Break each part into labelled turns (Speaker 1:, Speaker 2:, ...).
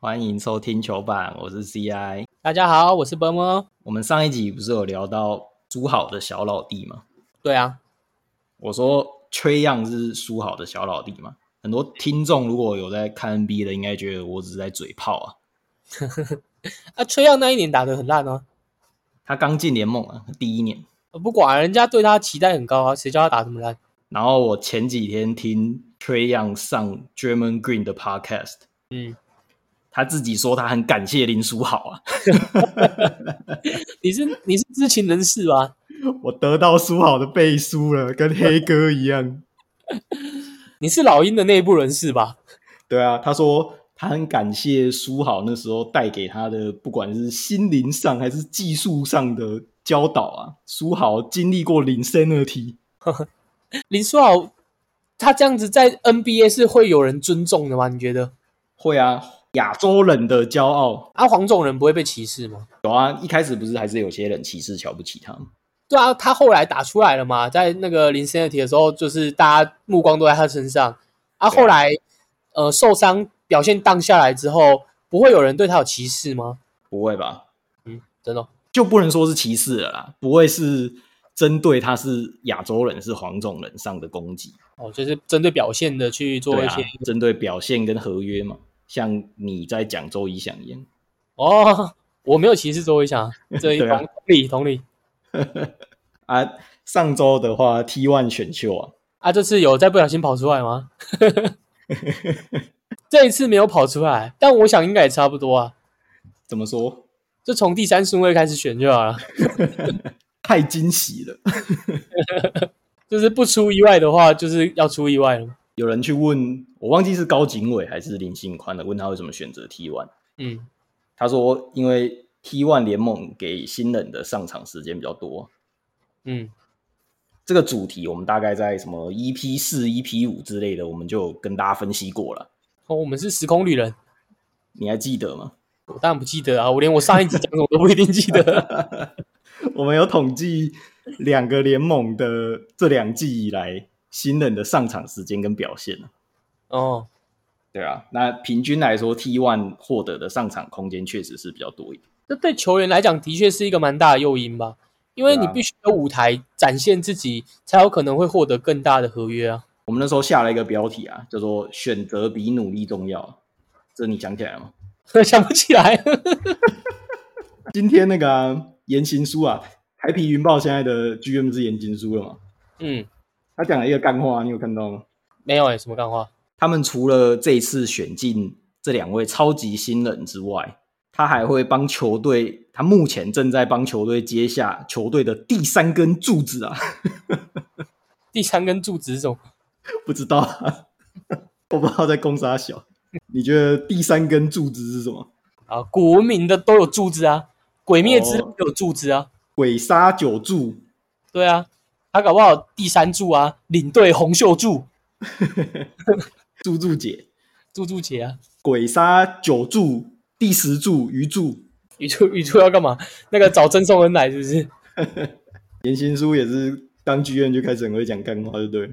Speaker 1: 欢迎收听球板，我是 CI。
Speaker 2: 大家好，我是波波。
Speaker 1: 我们上一集不是有聊到苏好的小老弟吗？
Speaker 2: 对啊，
Speaker 1: 我说崔样是苏好的小老弟嘛？很多听众如果有在看 NBA 的，应该觉得我只是在嘴炮啊。
Speaker 2: 啊，崔样那一年打得很烂啊，
Speaker 1: 他刚进联盟啊，第一年。
Speaker 2: 我不管啊人家对他期待很高啊，谁叫他打这么烂？
Speaker 1: 然后我前几天听崔样上 German Green 的 Podcast，
Speaker 2: 嗯，
Speaker 1: 他自己说他很感谢林书豪啊，
Speaker 2: 你是你是知情人士吧？
Speaker 1: 我得到书豪的背书了，跟黑哥一样。
Speaker 2: 你是老鹰的内部人士吧？
Speaker 1: 对啊，他说他很感谢书豪那时候带给他的，不管是心灵上还是技术上的教导啊。书豪经历过领 i n 题，
Speaker 2: 林书豪他这样子在 NBA 是会有人尊重的吗？你觉得？
Speaker 1: 会啊，亚洲人的骄傲
Speaker 2: 啊，黄种人不会被歧视吗？
Speaker 1: 有啊。一开始不是还是有些人歧视瞧不起他吗？
Speaker 2: 对啊，他后来打出来了嘛，在那个零 n 体的时候，就是大家目光都在他身上。
Speaker 1: 对
Speaker 2: 啊，
Speaker 1: 啊
Speaker 2: 后来呃受伤表现荡下来之后，不会有人对他有歧视吗？
Speaker 1: 不会吧？
Speaker 2: 嗯，真的哦。
Speaker 1: 就不能说是歧视了啦，不会是针对他是亚洲人是黄种人上的攻击。
Speaker 2: 哦，就是针对表现的去做
Speaker 1: 对
Speaker 2: 一
Speaker 1: 啊
Speaker 2: 些、，
Speaker 1: 针对表现跟合约嘛，像你在讲周一想言，
Speaker 2: 哦，我没有歧视周一翔，这一
Speaker 1: 对啊
Speaker 2: 同同理同理
Speaker 1: 啊，上周的话，T One 选秀啊，
Speaker 2: 啊，这次有再不小心跑出来吗？ 这一次没有跑出来，但我想应该也差不多啊，
Speaker 1: 怎么说？
Speaker 2: 就从第三顺位开始选就好了。
Speaker 1: 太惊喜了！
Speaker 2: 就是不出意外的话，就是要出意外了嘛。
Speaker 1: 有人去问我，忘记是高景伟还是林信宽了，问他为什么选择 T One，
Speaker 2: 嗯，
Speaker 1: 他说因为 T One 联盟给新人的上场时间比较多。
Speaker 2: 嗯，
Speaker 1: 这个主题我们大概在什么 EP 四、EP 五之类的，我们就跟大家分析过了，
Speaker 2: 哦，我们是时空旅人，
Speaker 1: 你还记得吗？
Speaker 2: 我当然不记得啊，我连我上一集讲什么都不一定记得。
Speaker 1: 我们有统计两个联盟的这两季以来新人的上场时间跟表现啊
Speaker 2: 哦，
Speaker 1: 对啊，那平均来说，T One 获得的上场空间确实是比较多一点。
Speaker 2: 这对球员来讲的确是一个蛮大的诱因吧，因为
Speaker 1: 对
Speaker 2: 你
Speaker 1: 啊
Speaker 2: 必须有舞台展现自己，才有可能会获得更大的合约啊。
Speaker 1: 我们那时候下了一个标题啊，叫做“选择比努力重要”，这你想起来吗？
Speaker 2: 想不起来，
Speaker 1: 今天那个啊言行书啊，台皮云豹现在的 GM 是言行书了嘛？
Speaker 2: 嗯，
Speaker 1: 他讲了一个干话，你有看到吗？
Speaker 2: 没有哎、什么干话？
Speaker 1: 他们除了这一次选进这两位超级新人之外，他还会帮球队，他目前正在帮球队接下球队的第三根柱子啊，
Speaker 2: 第三根柱子是什么？
Speaker 1: 不知道、啊， 我不知道在攻啥小。你觉得第三根柱子是什么？
Speaker 2: 啊，古文明的都有柱子啊，鬼灭之刃
Speaker 1: 哦
Speaker 2: 都有柱子啊，
Speaker 1: 鬼杀九柱，
Speaker 2: 对啊，他搞不好第三柱啊，领队红袖柱，
Speaker 1: 柱柱姐，
Speaker 2: 柱柱姐啊，
Speaker 1: 鬼杀九柱，第十柱鱼柱。
Speaker 2: 宇宙宇宙要干嘛？那个找曾颂恩来是不是？
Speaker 1: 严新书也是当剧院就开始很会讲干话，对不对了？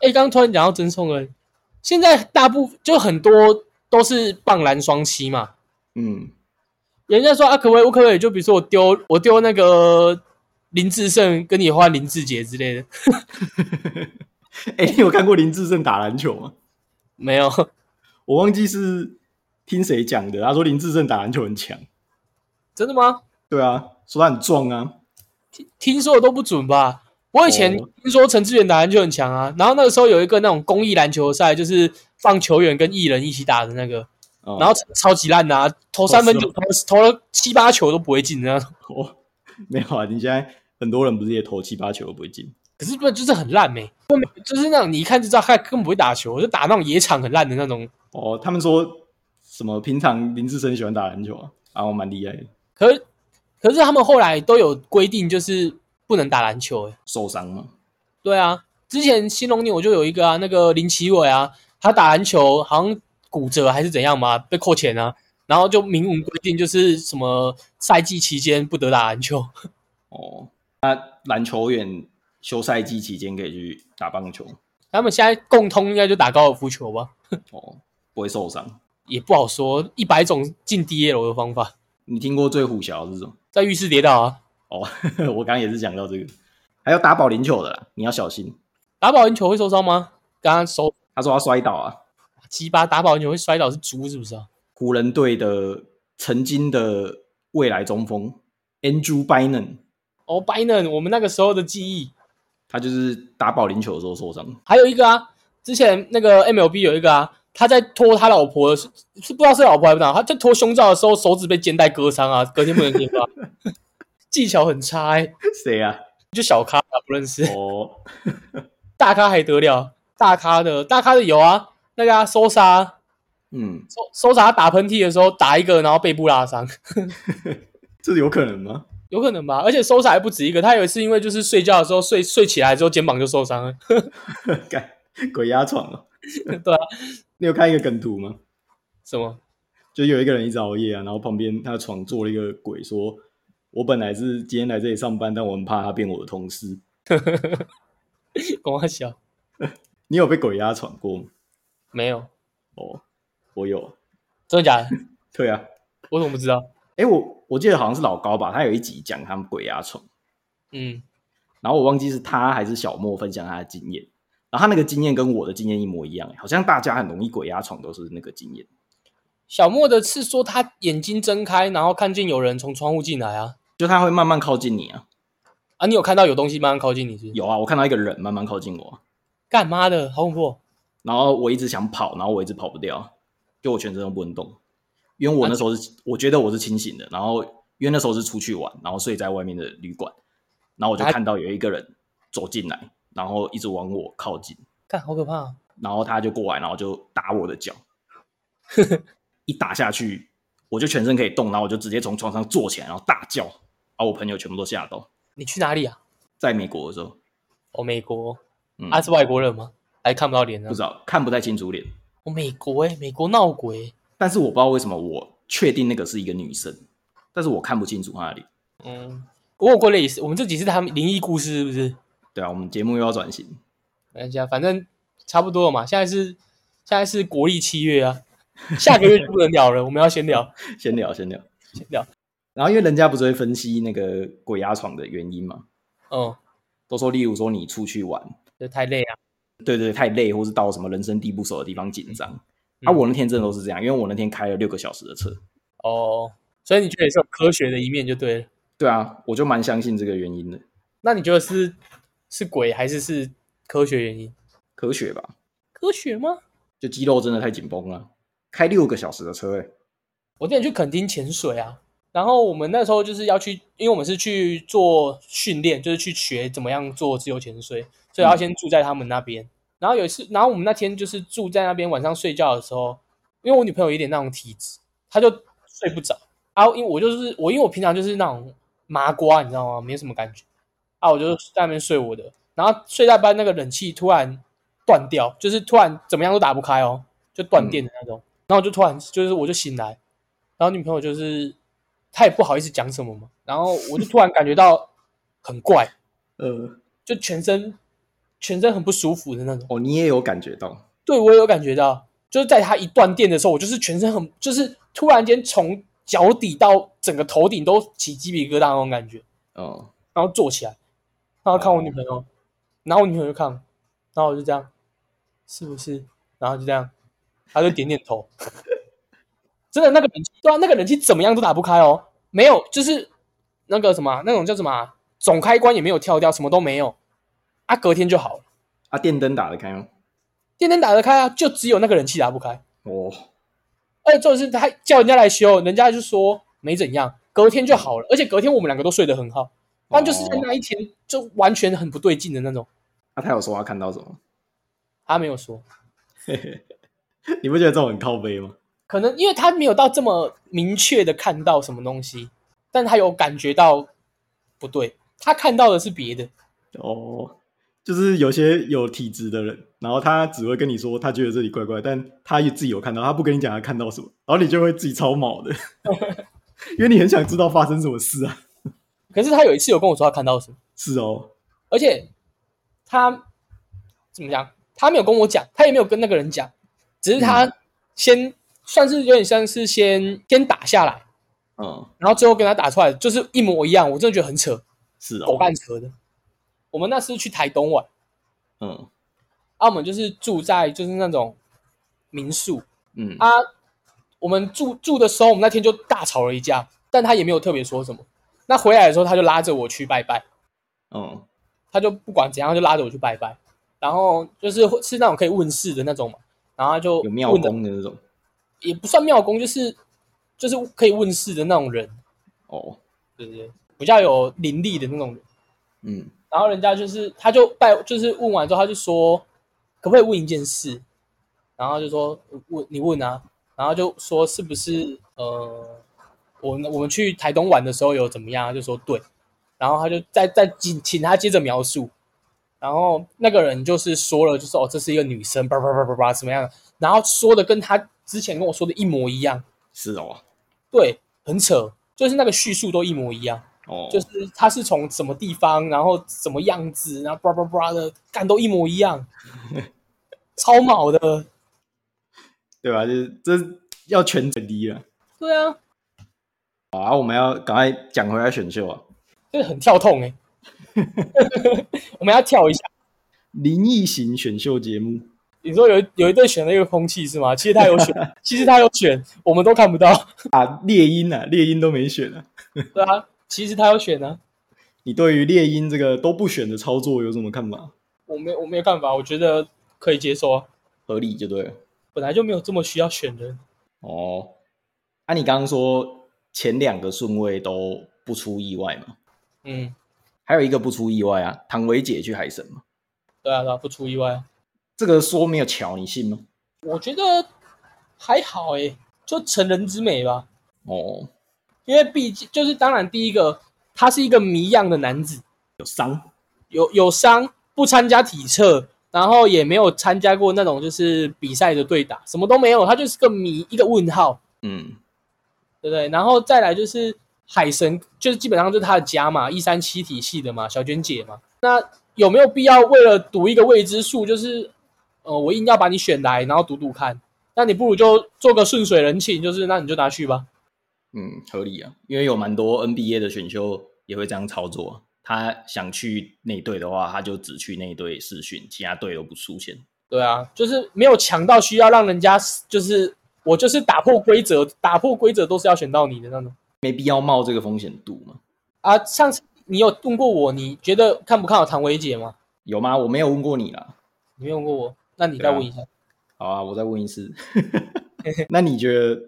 Speaker 2: 哎、刚刚突然讲到曾颂恩，现在大部就很多都是棒篮双栖嘛。
Speaker 1: 嗯，
Speaker 2: 人家说啊，可不可以？我可不可以？就比如说我丢我丢那个林志胜，跟你换林志杰之类的，
Speaker 1: 哎、你有看过林志胜打篮球吗？
Speaker 2: 没有，
Speaker 1: 我忘记是听谁讲的，他说林志胜打篮球很强，
Speaker 2: 真的吗？
Speaker 1: 对啊，说他很壮啊，
Speaker 2: 听听说的都不准吧？我以前
Speaker 1: 哦
Speaker 2: 听说陈志远打篮球很强啊，然后那个时候有一个那种公益篮球赛，就是放球员跟艺人一起打的那个，
Speaker 1: 哦
Speaker 2: 然后超级烂的、啊，投三分
Speaker 1: 哦是
Speaker 2: 球投投了七八球都不会进的那种，
Speaker 1: 哦，没有啊，你现在很多人不是也投七八球都不会进，
Speaker 2: 可是不就是很烂没、就是那种你一看就知道他根本不会打球，就打那种野场很烂的那种。
Speaker 1: 哦，他们说什么平常林志胜喜欢打篮球啊，啊，我蛮厉害的，
Speaker 2: 可可是他们后来都有规定，就是不能打篮球、欸，
Speaker 1: 受伤嘛，
Speaker 2: 对啊，之前新龙年我就有一个啊，那个林奇伟啊，他打篮球好像骨折还是怎样嘛，被扣钱啊，然后就明文规定就是什么赛季期间不得打篮球。
Speaker 1: 哦，那篮球员休赛季期间可以去打棒球，
Speaker 2: 他们现在共通应该就打高尔夫球吧？
Speaker 1: 哦，不会受伤，
Speaker 2: 也不好说，一百种进 DL 的方法，
Speaker 1: 你听过最虎小是什么？
Speaker 2: 在浴室跌倒啊，
Speaker 1: 哦， 我刚刚也是讲到这个，还有打保龄球的啦，你要小心。
Speaker 2: 打保龄球会受伤吗？刚刚手
Speaker 1: 他说他摔倒啊，
Speaker 2: 鸡巴打保龄球会摔倒是猪是不是啊？
Speaker 1: 湖人队的曾经的未来中锋 Andrew Bynum，
Speaker 2: 哦 b i n a n 我们那个时候的记忆，
Speaker 1: 他就是打保龄球的时候受伤。
Speaker 2: 还有一个啊，之前那个 MLB 有一个啊，他在脱他老婆的是是不知道是老婆还不知道，他在脱胸罩的时候手指被肩带割伤啊， 隔天不能先发，技巧很差、欸，
Speaker 1: 谁啊？
Speaker 2: 就小咖、啊、不认识，
Speaker 1: 哦，
Speaker 2: 大咖还得了？大咖的大咖的有啊，那个啊搜杀
Speaker 1: 嗯，
Speaker 2: 搜搜杀打喷嚏的时候打一个，然后背部拉伤，
Speaker 1: 这有可能吗？
Speaker 2: 有可能吧？而且搜杀还不止一个，他有一次因为就是睡觉的时候睡睡起来之后肩膀就受伤了，
Speaker 1: 干鬼压床哦！
Speaker 2: 对啊，
Speaker 1: 你有看一个梗图吗？
Speaker 2: 什么？
Speaker 1: 就有一个人一直熬夜啊，然后旁边他的床坐了一个鬼说：“我本来是今天来这里上班，但我很怕他变我的同事。
Speaker 2: 光他小”
Speaker 1: 你有被鬼压床过吗？
Speaker 2: 没有，
Speaker 1: 哦，我有。
Speaker 2: 真的假的？
Speaker 1: 对啊，
Speaker 2: 我怎么不知道？
Speaker 1: 诶，我我记得好像是老高吧，他有一集讲他们鬼压床，
Speaker 2: 嗯，
Speaker 1: 然后我忘记是他还是小莫分享他的经验，然后他那个经验跟我的经验一模一样，好像大家很容易鬼压床都是那个经验，
Speaker 2: 小莫的是说他眼睛睁开，然后看见有人从窗户进来啊
Speaker 1: 就他会慢慢靠近你啊。
Speaker 2: 啊！你有看到有东西慢慢靠近你是不是？
Speaker 1: 有啊，我看到一个人慢慢靠近我啊，
Speaker 2: 干妈的好恐怖哦！
Speaker 1: 然后我一直想跑，然后我一直跑不掉，就我全身都不能动，因
Speaker 2: 啊
Speaker 1: 为我那时候是、我觉得我是清醒的，然后因为那时候是出去玩，然后睡在外面的旅馆，然后我就
Speaker 2: 啊
Speaker 1: 看到有一个人走进来，然后一直往我靠近，
Speaker 2: 干好可怕、啊！
Speaker 1: 然后他就过来，然后就打我 的脚，一打下去，我就全身可以动，然后我就直接从床上坐起来，然后大叫，把我朋友全部都吓到。
Speaker 2: 你去哪里啊？
Speaker 1: 在美国的时候，
Speaker 2: 哦，美国，
Speaker 1: 嗯，
Speaker 2: 他、啊、是外国人吗？还看不到脸呢、啊
Speaker 1: 不知道看不太清楚脸，
Speaker 2: 哦，美国哎、美国闹鬼欸、
Speaker 1: 但是我不知道为什么，我确定那个是一个女生，但是我看不清楚她的脸。
Speaker 2: 嗯，我有过类似，我们这集是他们灵异故事是不是？
Speaker 1: 对啊，我们节目又要转型，
Speaker 2: 没关系啊，反正差不多了嘛。现在是现在是国历七月啊，下个月就不能聊了，我们要先 聊
Speaker 1: 先聊先聊。
Speaker 2: 先聊。
Speaker 1: 然后因为人家不是会分析那个鬼压床的原因嘛，
Speaker 2: 嗯，
Speaker 1: 都说例如说你出去玩，
Speaker 2: 这太累啊。
Speaker 1: 对对，太累，或是到什么人生地不熟的地方紧张。
Speaker 2: 嗯
Speaker 1: 啊，我那天真的都是这样，因为我那天开了六个小时的车。
Speaker 2: 哦，所以你觉得也是有科学的一面就对了。
Speaker 1: 对啊，我就蛮相信这个原因的，
Speaker 2: 那你觉得是是鬼还是是科学原因？
Speaker 1: 科学吧？
Speaker 2: 科学吗？
Speaker 1: 就肌肉真的太紧绷了，开六个小时的车、欸，
Speaker 2: 我之前去垦丁潜水啊，然后我们那时候就是要去，因为我们是去做训练，就是去学怎么样做自由潜水，所以要先住在他们那边。然后有一次，然后我们那天就是住在那边，晚上睡觉的时候，因为我女朋友有点那种体质，她就睡不着。啊，因为我就是我，因为我平常就是那种麻瓜，你知道吗？没什么感觉。啊，我就在那边睡我的，然后睡到一半，那个冷气突然断掉，就是突然怎么样都打不开哦，就断电的那种。然后我就突然就是我就醒来，然后女朋友就是她也不好意思讲什么嘛，然后我就突然感觉到很怪，
Speaker 1: 呃，
Speaker 2: 就全身全身很不舒服的那种。
Speaker 1: 哦，你也有感觉到，
Speaker 2: 对我也有感觉到，就是在她一断电的时候，我就是全身很就是突然间从脚底到整个头顶都起鸡皮疙瘩那种感觉，
Speaker 1: 哦，
Speaker 2: 然后坐起来，然后看我女朋友，然后我女朋友就看我，然后我就这样，是不是？然后就这样，她就点点头。 真的，那个冷气，对啊，那个冷气怎么样都打不开哦，没有，就是那个什么啊，那种叫什么啊总开关也没有跳掉，什么都没有，啊，隔天就好了。
Speaker 1: 啊，电灯打得开吗？
Speaker 2: 电灯打得开啊，就只有那个冷气打不开。
Speaker 1: 哦，
Speaker 2: 而且重点是，他叫人家来修，人家就说没怎样，隔天就好了。而且隔天我们两个都睡得很好，但就是在那一天就完全很不对劲的那种。
Speaker 1: 啊，他有说他看到什么？
Speaker 2: 他没有说，
Speaker 1: 你不觉得这种很靠背吗？
Speaker 2: 可能因为他没有到这么明确的看到什么东西，但他有感觉到不对，他看到的是别的。
Speaker 1: 哦，就是有些有体质的人，然后他只会跟你说他觉得这里怪怪，但他自己有看到，他不跟你讲他看到什么，然后你就会自己超毛 的，因为你很想知道发生什么事啊。
Speaker 2: 可是他有一次有跟我说他看到什么，
Speaker 1: 是哦，
Speaker 2: 而且他怎么讲，他没有跟我讲，他也没有跟那个人讲，只是他先算是有点像是先先打下来，
Speaker 1: 嗯，
Speaker 2: 然后最后跟他打出来，就是一模一样。我真的觉得很扯，
Speaker 1: 是
Speaker 2: 狗
Speaker 1: 哦，
Speaker 2: 干扯的。我们那次去台东玩，
Speaker 1: 嗯
Speaker 2: 啊，我们就是住在就是那种民宿
Speaker 1: 嗯
Speaker 2: 啊。我们住住的时候，我们那天就大吵了一架，但他也没有特别说什么。那回来的时候，他就拉着我去拜拜，
Speaker 1: 嗯
Speaker 2: 他就不管怎样就拉着我去拜拜，然后就是会是那种可以问世的那种嘛，然后他就
Speaker 1: 有庙
Speaker 2: 问得
Speaker 1: 公的那种
Speaker 2: 也不算庙公，就是就是可以问世的那种人，
Speaker 1: 哦，
Speaker 2: 对对，对比较有灵力的那种人。
Speaker 1: 嗯
Speaker 2: 然后人家就是他就拜，就是问完之后他就说，可不可以问一件事？然后就说问你问啊，然后就说是不是呃，我们我们去台东玩的时候有怎么样？他就说对，然后他就再再请请他接着描述，然后那个人就是说了，就是哦这是一个女生，叭叭叭叭叭怎么样？然后说的跟他之前跟我说的一模一样，
Speaker 1: 是哦
Speaker 2: 对，很扯，就是那个叙述都一模一样。
Speaker 1: 哦，
Speaker 2: 就是他是从什么地方，然后什么样子，然后叭叭叭的，干都一模一样，超毛的。
Speaker 1: 对吧？就是这要全整低了。
Speaker 2: 对啊，
Speaker 1: 好啊，我们要赶快讲回来选秀啊！
Speaker 2: 这很跳痛哎、我们要跳一下。
Speaker 1: 灵异型选秀节目，
Speaker 2: 你说有一有一队选了一个空气是吗？其实他有选，其实他有选，我们都看不到。
Speaker 1: 啊，猎鹰啊，猎鹰都没选啊。
Speaker 2: 对啊，其实他有选啊，
Speaker 1: 你对于猎鹰这个都不选的操作有什么看法？
Speaker 2: 我没有我没有办法，我觉得可以接受啊。
Speaker 1: 合理就对了。
Speaker 2: 本来就没有这么需要选人，
Speaker 1: 哦，啊，你刚刚说前两个顺位都不出意外嘛？
Speaker 2: 嗯，
Speaker 1: 还有一个不出意外啊，唐维姐去海神嘛？
Speaker 2: 对啊，对啊，不出意外啊。
Speaker 1: 这个说没有巧，你信吗？
Speaker 2: 我觉得还好哎、就成人之美吧。
Speaker 1: 哦，
Speaker 2: 因为毕竟就是当然第一个，他是一个谜样的男子，
Speaker 1: 有伤，
Speaker 2: 有有伤，不参加体测，然后也没有参加过那种就是比赛的对打，什么都没有，他就是个谜，一个问号，
Speaker 1: 嗯，
Speaker 2: 对不对？然后再来就是海神，就是基本上就是他的家嘛，一三七体系的嘛，小娟姐嘛，那有没有必要为了赌一个未知数，就是呃，我硬要把你选来，然后赌赌看？那你不如就做个顺水人情，就是那你就拿去吧。
Speaker 1: 嗯，合理啊，因为有蛮多 NBA 的选秀也会这样操作啊。他想去内队的话，他就只去内队试训，其他队都不出现。
Speaker 2: 对啊，就是没有强到需要让人家就是我就是打破规则，打破规则都是要选到你的那种
Speaker 1: 没必要冒这个风险度嘛？
Speaker 2: 啊。上次你有问过我，你觉得看不看好唐薇姐吗？
Speaker 1: 有吗？我没有问过你啦。
Speaker 2: 你没有问过我，那你再问一下。
Speaker 1: 好啊，我再问一次。 那你觉得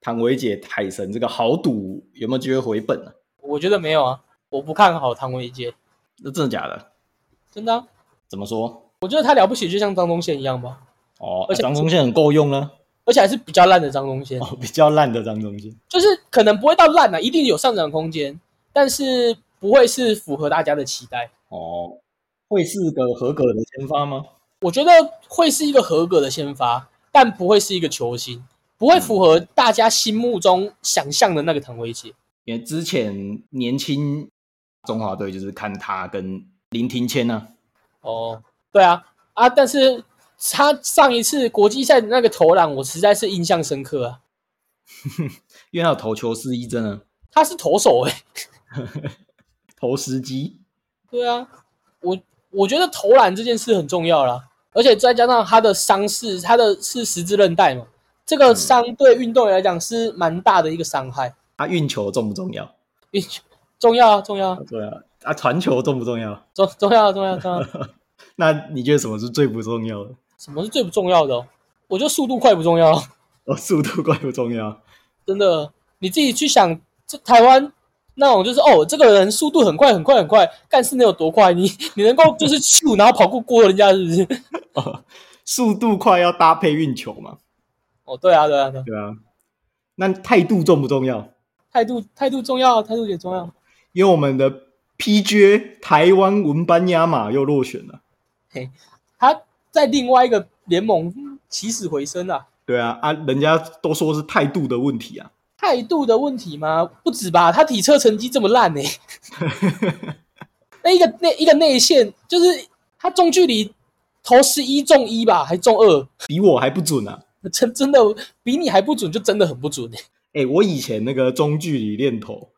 Speaker 1: 唐维姐海神这个豪赌有没有机会回本啊？
Speaker 2: 我觉得没有啊，我不看好唐薇姐，
Speaker 1: 那真的假的？
Speaker 2: 真的啊、
Speaker 1: 怎么说？
Speaker 2: 我觉得她了不起，就像张东宪一样吧，
Speaker 1: 哦，
Speaker 2: 而且
Speaker 1: 张宗宪很够用啊呢、
Speaker 2: 而且还是比较烂的张东宪，
Speaker 1: 哦，比较烂的张宗宪。
Speaker 2: 就是可能不会到烂啊，一定有上涨空间，但是不会是符合大家的期待。
Speaker 1: 哦，会是个合格的先发吗？
Speaker 2: 我觉得会是一个合格的先发，但不会是一个球星，不会符合大家心目中想象的那个唐维杰。
Speaker 1: 因为之前年轻中华队就是看他跟林庭谦啊呢、
Speaker 2: 哦，对啊，啊，但是他上一次国际赛的那个投篮，我实在是印象深刻啊。
Speaker 1: 因为他有投球失忆症啊，
Speaker 2: 他是投手诶、欸
Speaker 1: 投失机。
Speaker 2: 对啊，我我觉得投篮这件事很重要啦，而且再加上他的伤势，他的是十字韧带嘛，这个伤对运动员来讲是蛮大的一个伤害，
Speaker 1: 他啊运球重不重要？
Speaker 2: 重要啊，重要啊，
Speaker 1: 对啊，啊，传球重不重要？
Speaker 2: 重重要啊，重要啊，重要啊。
Speaker 1: 那你觉得什么是最不重要的？
Speaker 2: 什么是最不重要的哦、我觉得速度快不重要，
Speaker 1: 哦，速度 快不重要？
Speaker 2: 真的。你自己去想，这台湾那种就是哦，这个人速度很快，很快，很快，干是能有多快？你你能够就是咻，然后跑过过人家，是不是？
Speaker 1: 哦，速度快要搭配运球嘛，
Speaker 2: 哦，对啊，对啊，对啊，
Speaker 1: 对啊。那态度重不重要？
Speaker 2: 态度态度重要，态度也重要。
Speaker 1: 因为我们的 PJ 台湾文班亚马又落选了，
Speaker 2: 他在另外一个联盟起死回生啊，
Speaker 1: 对啊啊，人家都说是态度的问题啊，
Speaker 2: 态度的问题吗？不止吧，他体测成绩这么烂呢、那一个那一个内线就是他中距离投十一中一吧，还中二。
Speaker 1: 比我还不准啊，
Speaker 2: 真真的比你还不准，就真的很不准。欸
Speaker 1: 哎、我以前那个中距离练投，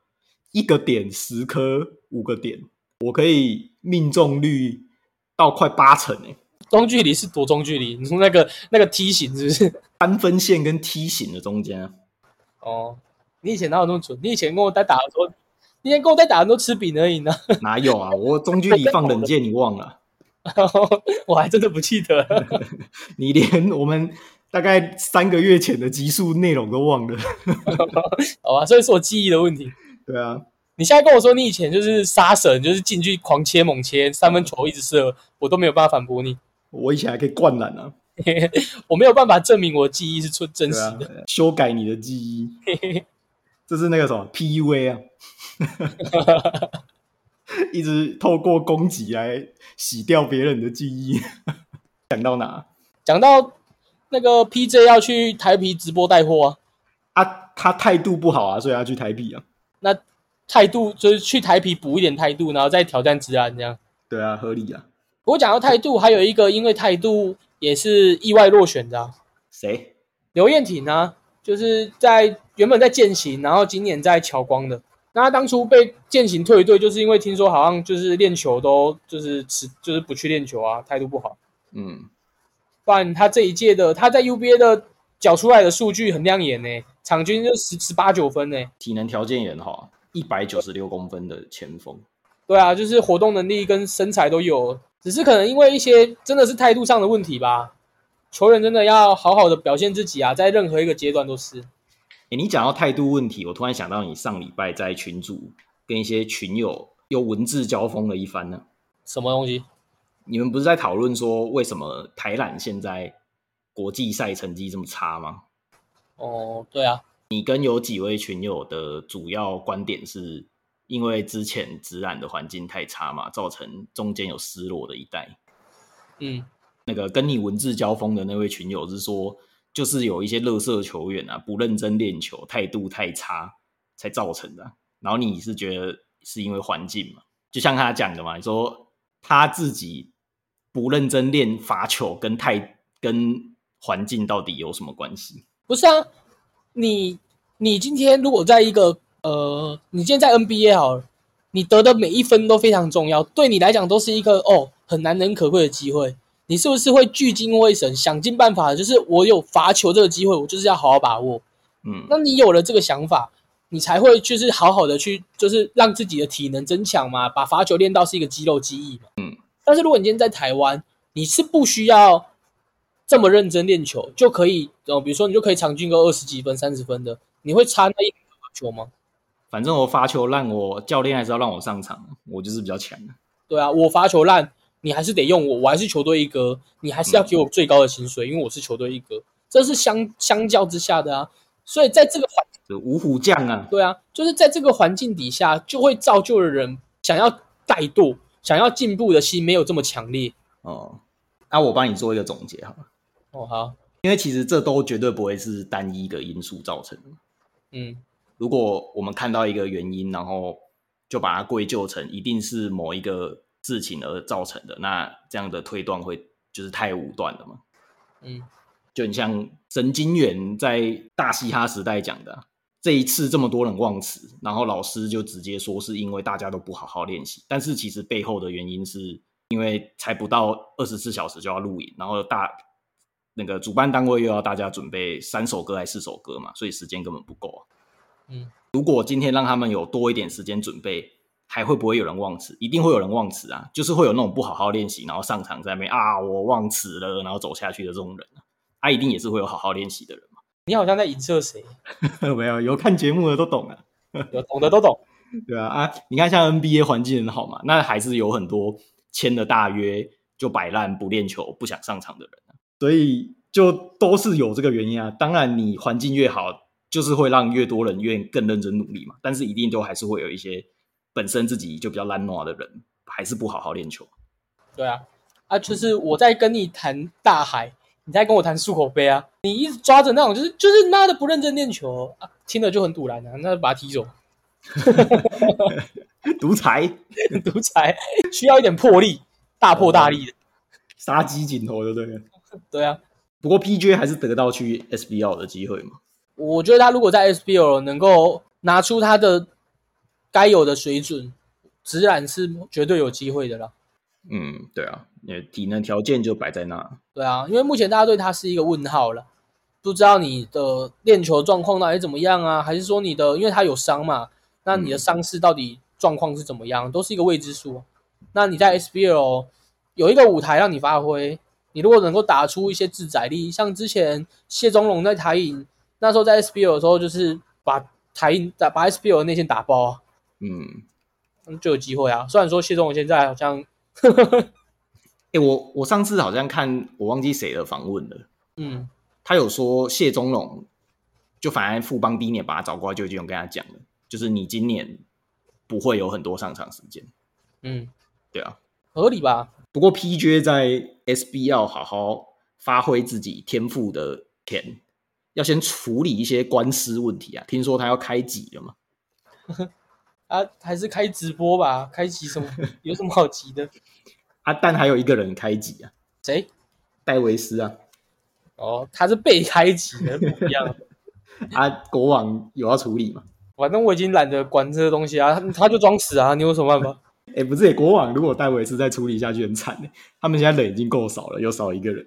Speaker 1: 一个点十颗，五个点，我可以命中率到快八成哎、
Speaker 2: 中距离是多中距离，你说那个那个梯形是不是？
Speaker 1: 三分线跟梯形的中间啊、
Speaker 2: 哦，你以前哪有那么准？你以前跟我在打的时候，你以前跟我在打的都吃饼而已呢。
Speaker 1: 哪有啊？我中距离放冷箭，你忘了？
Speaker 2: 然后我还真的不记得了。
Speaker 1: 你连我们大概三个月前的集数内容都忘了。
Speaker 2: 好吧，所以是我记忆的问题。
Speaker 1: 对啊，
Speaker 2: 你现在跟我说你以前就是杀神，就是进去狂切猛切，三分球一直射，我都没有办法反驳你，
Speaker 1: 我以前还可以灌篮啊，
Speaker 2: 我没有办法证明我记忆是真真
Speaker 1: 对
Speaker 2: 实
Speaker 1: 啊
Speaker 2: 的。，
Speaker 1: 修改你的记忆，这是那个什么 PUA 啊，一直透过攻击来洗掉别人的记忆。讲到哪
Speaker 2: 讲到那个 PJ 要去台皮直播带货啊，
Speaker 1: 啊？他态度不好啊，所以他去台币啊。
Speaker 2: 那态度就是去台皮补一点态度，然后再挑战直男这样。
Speaker 1: 对啊，合理啊。
Speaker 2: 不过讲到态度，还有一个因为态度也是意外落选的、啊，
Speaker 1: 谁？
Speaker 2: 刘彦廷呢，就是在原本在践行，然后今年在侨光的。那他当初被践行退队，就是因为听说好像就是练球都就是迟就是不去练球啊，态度不好。
Speaker 1: 嗯，
Speaker 2: 不然他这一届的他在 UBA 的缴出来的数据很亮眼呢、场均就十十八九分呢、
Speaker 1: 体能条件也很好啊，一百九十六公分的前锋。
Speaker 2: 对啊，就是活动能力跟身材都有，只是可能因为一些真的是态度上的问题吧。球员真的要好好的表现自己啊，在任何一个阶段都是。
Speaker 1: 诶，你讲到态度问题，我突然想到你上礼拜在群组跟一些群友又文字交锋了一番呢。
Speaker 2: 什么东西？
Speaker 1: 你们不是在讨论说为什么台篮现在国际赛成绩这么差吗？
Speaker 2: 哦，对啊，
Speaker 1: 你跟有几位群友的主要观点是，因为之前直染的环境太差嘛，造成中间有失落的一代。
Speaker 2: 嗯，
Speaker 1: 那个跟你文字交锋的那位群友是说，就是有一些乐色球员啊，不认真练球，态度太差才造成的啊。然后你是觉得是因为环境嘛？就像他讲的嘛，你说他自己不认真练罚球跟态跟环境到底有什么关系？
Speaker 2: 不是啊，你你今天如果在一个呃，你今天在 NBA 好了，你得的每一分都非常重要，对你来讲都是一个哦很难能可贵的机会。你是不是会聚精会神，想尽办法？就是我有罚球这个机会，我就是要好好把握。
Speaker 1: 嗯，
Speaker 2: 那你有了这个想法，你才会就是好好的去，就是让自己的体能增强嘛，把罚球练到是一个肌肉记忆嘛。
Speaker 1: 嗯。
Speaker 2: 但是如果你今天在台湾，你是不需要这么认真练球就可以，呃，比如说你就可以场均个二十几分、三十分的，你会差那一两个罚球吗？
Speaker 1: 反正我发球烂我，教练还是要让我上场，我就是比较强啊。
Speaker 2: 对啊，我罚球烂，你还是得用我，我还是球队一哥，你还是要给我最高的薪水，因为我是球队一哥，这是相相较之下的啊。所以在这个环
Speaker 1: 就五虎将啊，
Speaker 2: 对啊，就是在这个环境底下，就会造就了人想要怠惰、想要进步的心没有这么强烈。
Speaker 1: 哦，那、我帮你做一个总结好了，
Speaker 2: 哦，好，
Speaker 1: 因为其实这都绝对不会是单一个因素造成的。
Speaker 2: 嗯，
Speaker 1: 如果我们看到一个原因，然后就把它归咎成一定是某一个事情而造成的，那这样的推断会就是太武断了嘛？
Speaker 2: 嗯，
Speaker 1: 就很像神经元在大嘻哈时代讲的啊、这一次这么多人忘词，然后老师就直接说是因为大家都不好好练习，但是其实背后的原因是因为才不到二十四小时就要录影，然后大那个主办单位又要大家准备三首歌还是四首歌嘛，所以时间根本不够啊。如果今天让他们有多一点时间准备，还会不会有人忘词？一定会有人忘词啊！就是会有那种不好好练习，然后上场在那边啊，我忘词了，然后走下去的这种人啊，啊一定也是会有好好练习的人
Speaker 2: 你好像在影射谁？
Speaker 1: 嘛。 没有，有看节目的都懂啊。
Speaker 2: 有懂的都懂。
Speaker 1: 对啊，啊，你看像 NBA 环境很好嘛，那还是有很多签了大约就摆烂、不练球、不想上场的人、啊、所以就都是有这个原因啊。当然，你环境越好，就是会让越多人愿更认真努力嘛。但是一定都还是会有一些本身自己就比较懒惰的人，还是不好好练球。
Speaker 2: 对啊，啊，就是我在跟你谈大海，你在跟我谈漱口杯啊，你一直抓着那种就是就是妈的不认真练球啊，听了就很堵然啊，那就把他踢走，
Speaker 1: 独裁、
Speaker 2: 独裁需要一点魄力，大破大立的。
Speaker 1: 杀鸡儆猴，对不对了？
Speaker 2: 对啊，
Speaker 1: 不过 PJ 还是得到去 SBL 的机会嘛。
Speaker 2: 我觉得他如果在 SBL 能够拿出他的该有的水准，直染是绝对有机会的啦。
Speaker 1: 嗯，对啊，你的体能条件就摆在那。
Speaker 2: 对啊，因为目前大家对他是一个问号了，不知道你的练球状况到底怎么样啊？还是说你的，因为他有伤嘛，那你的伤势到底状况是怎么样，都是一个未知数。那你在 SBL 有一个舞台让你发挥，你如果能够打出一些自宰力，像之前谢宗龙在台影那时候在 SBL 的时候，就是把台影打把 SBL 的内线打爆啊，
Speaker 1: 嗯，
Speaker 2: 嗯就有机会啊。虽然说谢宗龙现在好像，
Speaker 1: 诶，我我上次好像看我忘记谁的访问了，
Speaker 2: 嗯，
Speaker 1: 他有说谢宗龙，就反正富邦第一年把他找过来就已经有跟他讲了，就是你今年不会有很多上场时间，
Speaker 2: 嗯，
Speaker 1: 对啊。
Speaker 2: 合理吧？
Speaker 1: 不过 PJ 在 SBL 好好发挥自己天赋的前，要先处理一些官司问题啊。听说他要开几了嘛？
Speaker 2: 啊，还是开直播吧，开急什么？有什么好急的？
Speaker 1: 啊，但还有一个人开几啊，
Speaker 2: 谁？
Speaker 1: 戴维斯啊，
Speaker 2: 哦，他是被开急的，不一样。
Speaker 1: 啊，国王有要处理吗？
Speaker 2: 反正我已经懒得管这个东西啊，他他就装死啊，你有什么办法？
Speaker 1: 哎、不是、欸，国王如果戴维斯再处理下去很惨、欸、他们现在人已经够少了，又少一个人。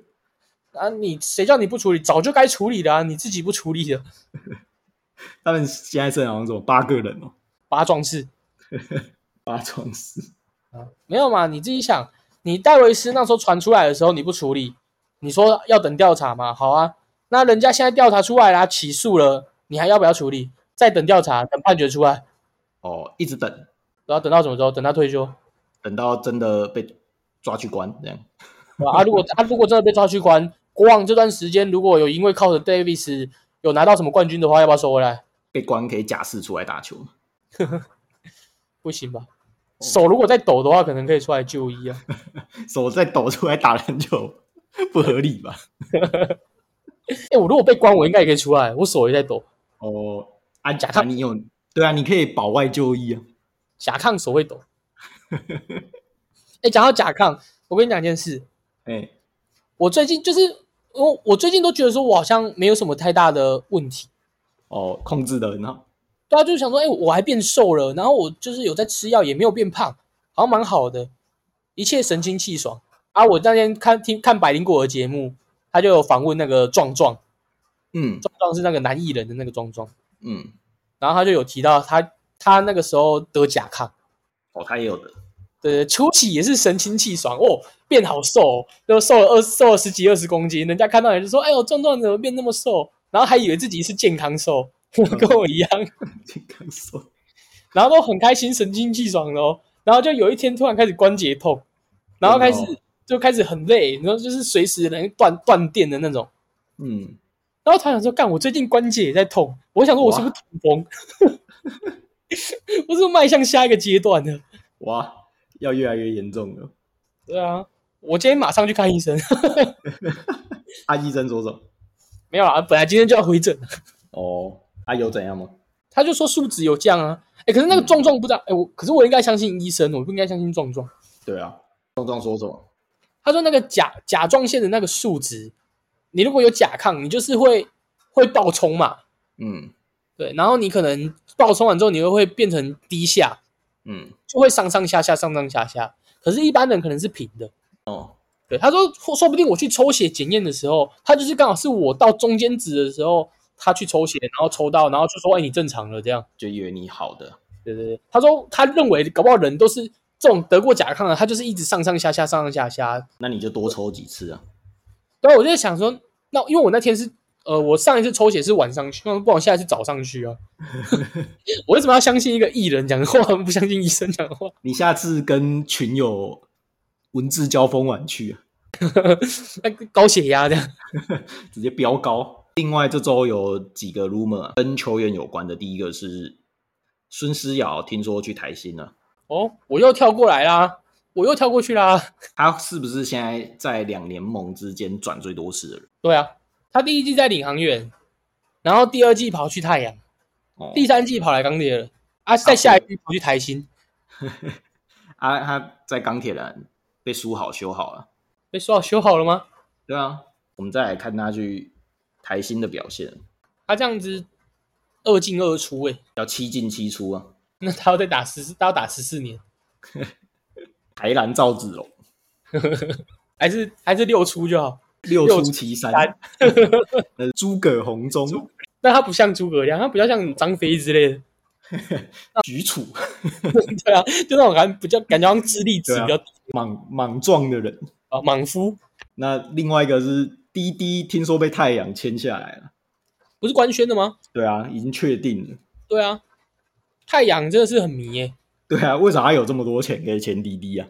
Speaker 2: 啊，你谁叫你不处理？早就该处理的啊，你自己不处理的，
Speaker 1: 他们现在剩好像什么八个人哦，
Speaker 2: 拔壮士
Speaker 1: 八壮士。
Speaker 2: 啊，没有嘛？你自己想，你戴维斯那时候传出来的时候你不处理，你说要等调查嘛？好啊，那人家现在调查出来啦、起诉了，你还要不要处理？再等调查，等判决出来，
Speaker 1: 哦，一直等，
Speaker 2: 然后等到什么时候？等他退休。
Speaker 1: 等到真的被抓去关这样。
Speaker 2: 对啊，啊如果他、如果真的被抓去关，国王这段时间如果有因为靠着 Davis 有拿到什么冠军的话，要不要收回来？
Speaker 1: 被关可以假释出来打球，
Speaker 2: 不行吧？手如果再抖的话，可能可以出来就医啊。
Speaker 1: 手再抖出来打篮球， 不合理吧？
Speaker 2: 哎、我如果被关，我应该也可以出来，我手也在抖，
Speaker 1: 哦，啊，
Speaker 2: 假
Speaker 1: 他你有对啊，你可以保外就医啊。
Speaker 2: 甲亢手会抖。哎、讲到甲亢，我跟你讲一件事，
Speaker 1: 哎、
Speaker 2: 我最近就是我我最近都觉得说我好像没有什么太大的问题，
Speaker 1: 哦，控制的很好，
Speaker 2: 对啊，就是想说，哎、我还变瘦了，然后我就是有在吃药，也没有变胖，好像蛮好的，一切神清气爽啊！我那天看听看百灵果的节目，他就有访问那个壮壮，
Speaker 1: 嗯
Speaker 2: 壮壮是那个男艺人的那个壮壮，
Speaker 1: 嗯，
Speaker 2: 然后他就有提到他他那个时候得甲亢，
Speaker 1: 哦，他也有 的，
Speaker 2: 对对，初期也是神清气爽哦，变好瘦、哦，就瘦了二瘦了十几二十公斤，人家看到也是说，哎呦，壮壮怎么变那么瘦？然后还以为自己是健康瘦， 跟我一样，
Speaker 1: 健康瘦，
Speaker 2: 然后都很开心，神清气爽的哦。然后就有一天突然开始关节痛，然后开始
Speaker 1: 真的哦
Speaker 2: 就开始很累，然后就是随时能断断电的那种。
Speaker 1: 嗯，
Speaker 2: 然后他想说，干，我最近关节也在痛，我想说我是不是痛风？ 我是不是迈向下一个阶段呢？
Speaker 1: 哇，要越来越严重了。
Speaker 2: 对啊，我今天马上去看医生。
Speaker 1: 阿啊医生说什么？
Speaker 2: 没有啊，本来今天就要回诊，
Speaker 1: 哦，啊，有怎样吗？
Speaker 2: 他就说数值有降啊。哎，可是那
Speaker 1: 嗯
Speaker 2: 个壮壮不知道，哎，我可是我应该相信医生，我不应该相信壮壮。
Speaker 1: 对啊，壮壮说什么？
Speaker 2: 他说那个甲甲状腺的那个数值，你如果有甲亢，你就是会会爆冲嘛，
Speaker 1: 嗯
Speaker 2: 对，然后你可能爆冲完之后，你又会变成低下，
Speaker 1: 嗯，
Speaker 2: 就会上上下下上上下下。可是，一般人可能是平的。
Speaker 1: 哦，
Speaker 2: 对，他说说说不定我去抽血检验的时候，他就是刚好是我到中间值的时候，他去抽血，然后抽到，然后就说哎你正常了这样。
Speaker 1: 就以为你好的，
Speaker 2: 对对对，他说他认为搞不好人都是这种得过甲亢的，他就是一直上上下下上上下下，
Speaker 1: 那你就多抽几次啊。
Speaker 2: 对，我就在想说，那因为我那天是呃，我上一次抽血是晚上去，那不然我现在是早上去啊。我为什么要相信一个艺人讲的话，不相信医生讲的话？
Speaker 1: 你下次跟群友文字交锋晚去、啊，
Speaker 2: 那个高血压这样，
Speaker 1: 直接飙高。另外这周有几个 rumor 啊跟球员有关的，第一个是孙思瑶，听说去台新啊了，
Speaker 2: 哦，我又跳过来啦，我又跳过去啦。
Speaker 1: 他是不是现在在两联盟之间转最多次的人？
Speaker 2: 对啊，他第一季在领航员，然后第二季跑去太阳，
Speaker 1: 哦，
Speaker 2: 第三季跑来钢铁人，啊，在下一季跑去台新，
Speaker 1: 啊，他在钢铁人被输好修好了，
Speaker 2: 被说好修好了吗？
Speaker 1: 对啊，我们再来看他去台新的表现，
Speaker 2: 他这样子二进二出、欸，哎，
Speaker 1: 要七进七出啊。
Speaker 2: 那他要再打十，他要打十四年，
Speaker 1: 台南赵子龙
Speaker 2: 还是还是六出就好？
Speaker 1: 六
Speaker 2: 六
Speaker 1: 出祁山，
Speaker 2: 三
Speaker 3: 诸葛红中、
Speaker 2: 但他不像诸葛亮，他比较像张飞之类的，
Speaker 1: 许褚，
Speaker 2: 对啊，就那种感觉比较感觉好像智力值比较低
Speaker 3: 莽莽撞的人。
Speaker 2: 啊，莽夫
Speaker 3: 那另外一个是滴滴，听说被太阳签下来了。
Speaker 2: 不是官宣的吗？
Speaker 3: 对啊，已经确定了。
Speaker 2: 对啊，太阳真的是很迷耶、
Speaker 3: 对啊，为啥他有这么多钱可以签滴滴啊？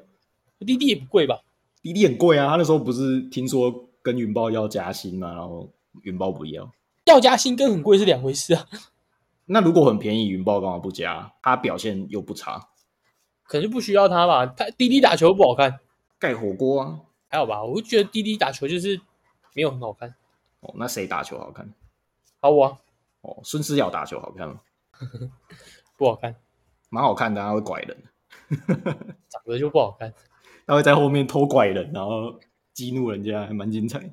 Speaker 2: 滴滴也不贵吧？
Speaker 3: 滴滴很贵啊，他那时候不是听说跟云豹要加薪嘛，然后云豹不要。
Speaker 2: 要加薪跟很贵是两回事啊，
Speaker 3: 那如果很便宜，云豹干嘛不加？他表现又不差，
Speaker 2: 可能就不需要他吧。他滴滴打球不好看，
Speaker 1: 盖火锅啊。
Speaker 2: 还好吧？我就觉得滴滴打球就是没有很好看。
Speaker 1: 哦，那谁打球好看？
Speaker 2: 好我、啊、
Speaker 1: 哦，孙思邈打球好看吗？
Speaker 2: 不好看，
Speaker 1: 蛮好看的啊，他会拐人。
Speaker 2: 长得就不好看。
Speaker 3: 他会在后面偷拐人，然后激怒人家，还蛮精 彩，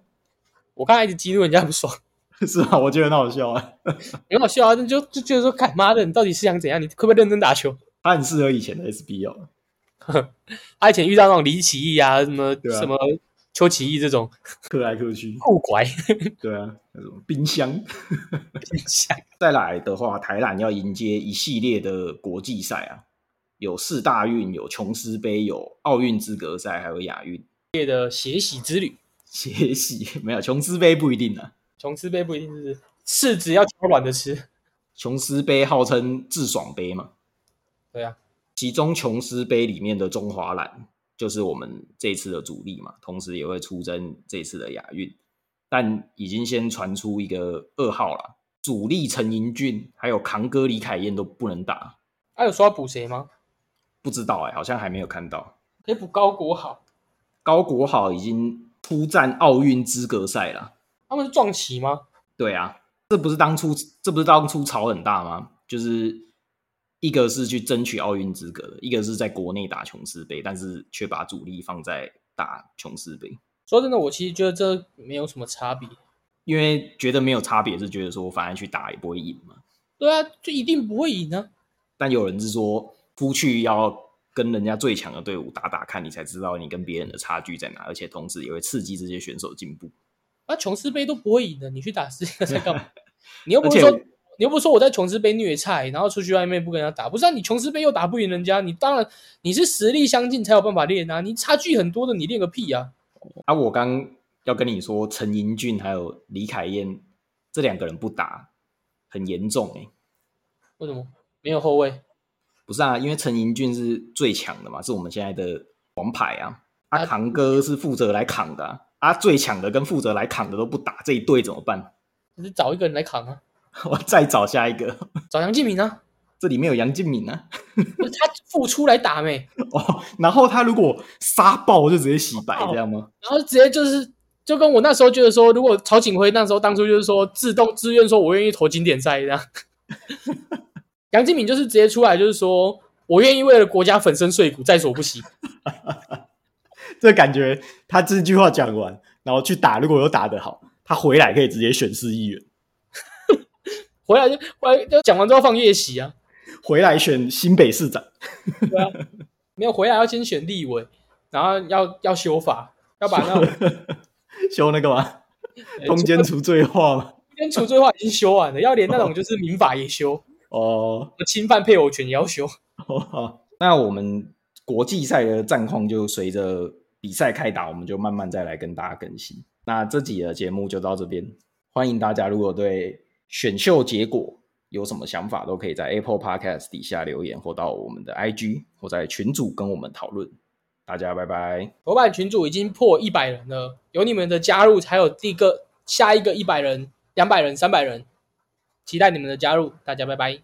Speaker 2: 我看他一直激怒人家不爽，
Speaker 3: 是吧？我觉得很好笑啊。
Speaker 2: 很好笑啊！那就就觉得说，干妈的，你到底是想怎样？你可不可以认真打球？
Speaker 3: 他很适合以前的 SBL，
Speaker 2: 他以前遇到那种李奇义啊，什么、
Speaker 3: 对啊
Speaker 2: 什么邱奇义这种
Speaker 3: 克来克去。
Speaker 2: 酷 拐
Speaker 3: 对啊，那种冰箱。
Speaker 2: 像
Speaker 1: 再来的话，台南要迎接一系列的国际赛啊，有四大运，有琼斯杯，有奥运资格赛，还有亚运。
Speaker 2: 的呃血洗之旅。
Speaker 1: 血洗没有琼斯杯不一定啊，
Speaker 2: 琼斯杯不一定是柿子要挑软的吃，
Speaker 1: 琼斯杯号称自爽杯嘛，
Speaker 2: 对啊，
Speaker 1: 其中琼斯杯里面的中华蓝就是我们这次的主力嘛，同时也会出征这次的亚运，但已经先传出一个噩耗了，主力陈盈俊还有扛哥李凯燕都不能打，
Speaker 2: 啊他有说要补谁吗？
Speaker 1: 不知道哎、好像还没有看到。
Speaker 2: 可以补高国好，
Speaker 1: 高国豪已经出战奥运资格赛了，
Speaker 2: 他们是撞旗吗？
Speaker 1: 对啊，这不是当初这不是当初吵很大吗？就是一个是去争取奥运资格的，一个是在国内打琼斯杯，但是却把主力放在打琼斯杯。
Speaker 2: 说真的，我其实觉得这没有什么差别。
Speaker 1: 因为觉得没有差别，是觉得说反正去打也不会赢嘛。
Speaker 2: 对啊，就一定不会赢啊。
Speaker 1: 但有人是说，出去要跟人家最强的队伍打打看，你才知道你跟别人的差距在哪，而且同时也会刺激这些选手进步。
Speaker 2: 那琼斯杯都不会赢的，你去打世界赛干嘛？你又不
Speaker 1: 而
Speaker 2: 是
Speaker 1: 且
Speaker 2: 说你又不是说我在琼斯杯虐菜，然后出去外面不跟人家打，不是、啊、你琼斯杯又打不赢人家，你当然你是实力相近才有办法练啊，你差距很多的你练个屁啊！
Speaker 1: 啊，我刚要跟你说，陈盈俊还有李凯燕这两个人不打，很严重哎、
Speaker 2: 为什么没有后卫？
Speaker 1: 不是啊，因为陈盈俊是最强的嘛，是我们现在的王牌啊。
Speaker 2: 啊
Speaker 1: 啊，扛哥是负责来扛的啊，啊最强的跟负责来扛的都不打，这一队怎么办？
Speaker 2: 就是找一个人来扛啊，
Speaker 1: 我再找下一个，
Speaker 2: 找杨敬敏啊，
Speaker 1: 这里面有杨敬敏啊。
Speaker 2: 不是他付出来打没，
Speaker 3: 哦，然后他如果杀爆就直接洗白，这样吗？
Speaker 2: 然后直接就是就跟我那时候觉得说，如果曹景辉那时候当初就是说自动自愿说我愿意投经典赛这样， 杨敬敏就是直接出来就是说我愿意为了国家粉身碎骨，在所不惜。
Speaker 3: 这感觉他这句话讲完，然后去打，如果有打得好，他回来可以直接选市议员，
Speaker 2: 回来就回来就讲完之后放夜袭啊，
Speaker 3: 回来选新北市长，
Speaker 2: 对啊，没有回来要先选立委，然后要要修法，要把那种
Speaker 3: 修那个嘛，
Speaker 2: 呃
Speaker 3: 通奸除罪化嘛。
Speaker 2: 中间除罪化已经修完了，要连那种就是民法也修，
Speaker 3: 哦，
Speaker 2: 侵犯配偶权也要修。
Speaker 3: 哦
Speaker 1: 那我们国际赛的战况就随着比赛开打，我们就慢慢再来跟大家更新。那这集的节目就到这边，欢迎大家如果对选秀结果有什么想法，都可以在 Apple Podcast 底下留言，或到我们的 IG 或在群组跟我们讨论。大家拜拜。
Speaker 2: 头版群组已经破一百人了，有你们的加入，才有第一个下一个一百人、两百人、三百人，期待你们的加入，大家拜拜。